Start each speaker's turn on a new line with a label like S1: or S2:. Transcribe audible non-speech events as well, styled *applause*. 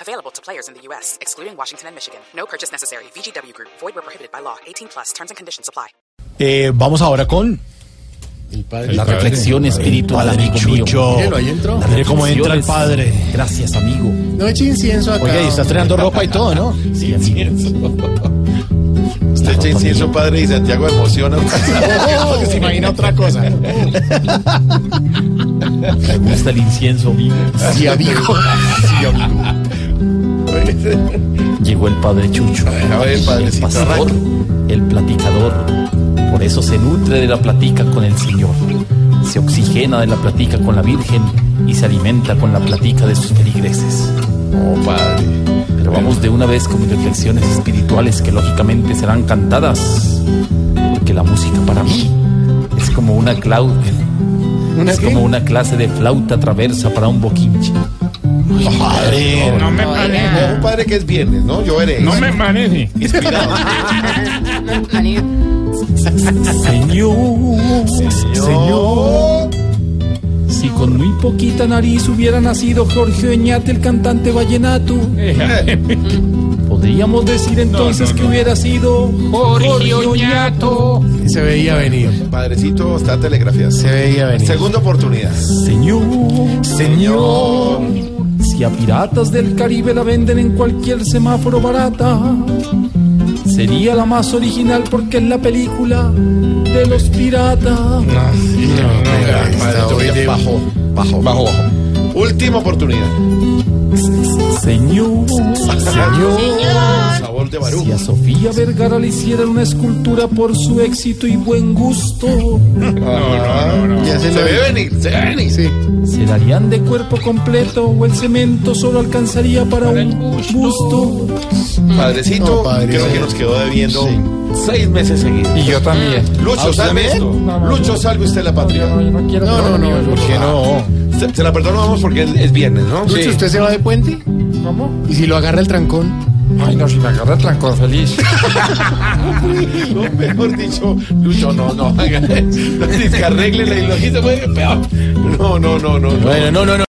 S1: Available to players in the U.S., excluding Washington and Michigan. No purchase necessary. VGW Group, void were prohibited by law. 18 plus terms and conditions apply.
S2: Eh, vamos ahora con
S3: La reflexión espiritual, amigo mío.
S2: Chucho.
S4: Míralo, ahí entró.
S2: Mire cómo entra el
S3: Reflexiones.
S2: padre.
S3: Gracias, amigo.
S4: No eche incienso acá.
S2: Oye, y está estrenando ropa y todo, ¿no?
S3: Sí, así es.
S5: Usted echa incienso, padre, y Santiago
S2: *laughs*
S5: emociona. *laughs*
S4: Porque se imagina otra cosa.
S3: Me gusta el incienso, amigo.
S4: Sí, amigo.
S3: Llegó el padre Chucho.
S5: A ver,
S3: El
S5: padrecito,
S3: pastor,
S5: arranque.
S3: el platicador. Por eso se nutre de la platica con el Señor. Se oxigena de la platica con la Virgen y se alimenta con la platica de sus peligreses.
S5: No, Oh, padre.
S3: Pero vamos de una vez con mis reflexiones espirituales que lógicamente serán cantadas. Porque la música para mí es como una clau... es como una clase de flauta traversa para un boquinche.
S2: Padre.
S6: No me
S5: No,
S6: maneje.
S5: padre, que es viernes, ¿no? Yo veré.
S6: No me maneje.
S2: *laughs*
S3: Señor, Señor. Si con muy poquita nariz hubiera nacido Jorge Oñate, el cantante vallenato, podríamos decir entonces
S6: no,
S3: que
S6: no.
S3: hubiera sido Jorge Oñato.
S4: Se veía venir.
S5: Padrecito, está telegrafiado.
S4: Se veía venir.
S5: Segunda oportunidad.
S3: Señor, Señor. Si a piratas del Caribe la venden en cualquier semáforo barata, sería la más original porque es la película de los piratas.
S5: Padre,
S4: hoy
S5: todavía
S4: de-
S5: bajo, bajo, bajo, bajo. Última oportunidad.
S3: Señor, Señor.
S5: Sabor de
S3: Si
S5: barú.
S3: a Sofía Vergara le hicieran una escultura por su éxito y buen gusto,
S4: Ya se
S5: Se
S4: lo
S5: ve venir, se ve venir.
S4: Sí.
S3: ¿se darían de cuerpo completo o el cemento solo alcanzaría para un gusto?
S5: Padrecito,
S4: No, padre,
S5: creo
S4: sí.
S5: que nos quedó debiendo
S4: Sí.
S5: seis meses seguidos.
S2: Y yo también.
S5: Lucho, salve esto. Lucho, salve usted la patria.
S3: no quiero.
S4: No, no, no.
S2: ¿Por qué no?
S5: Se, se la perdonamos porque es, es viernes, ¿no?
S4: Lucho, ¿usted se va de puente?
S3: ¿Cómo?
S4: ¿Y si lo agarra el trancón?
S3: Ay, no, si me agarra trancón feliz.
S5: No, mejor dicho, Lucho, no, *laughs* no, haga eso. No, dice que arregle la ideología, se puede que peor. No, no, no, no. no.
S2: Bueno, no, no, no.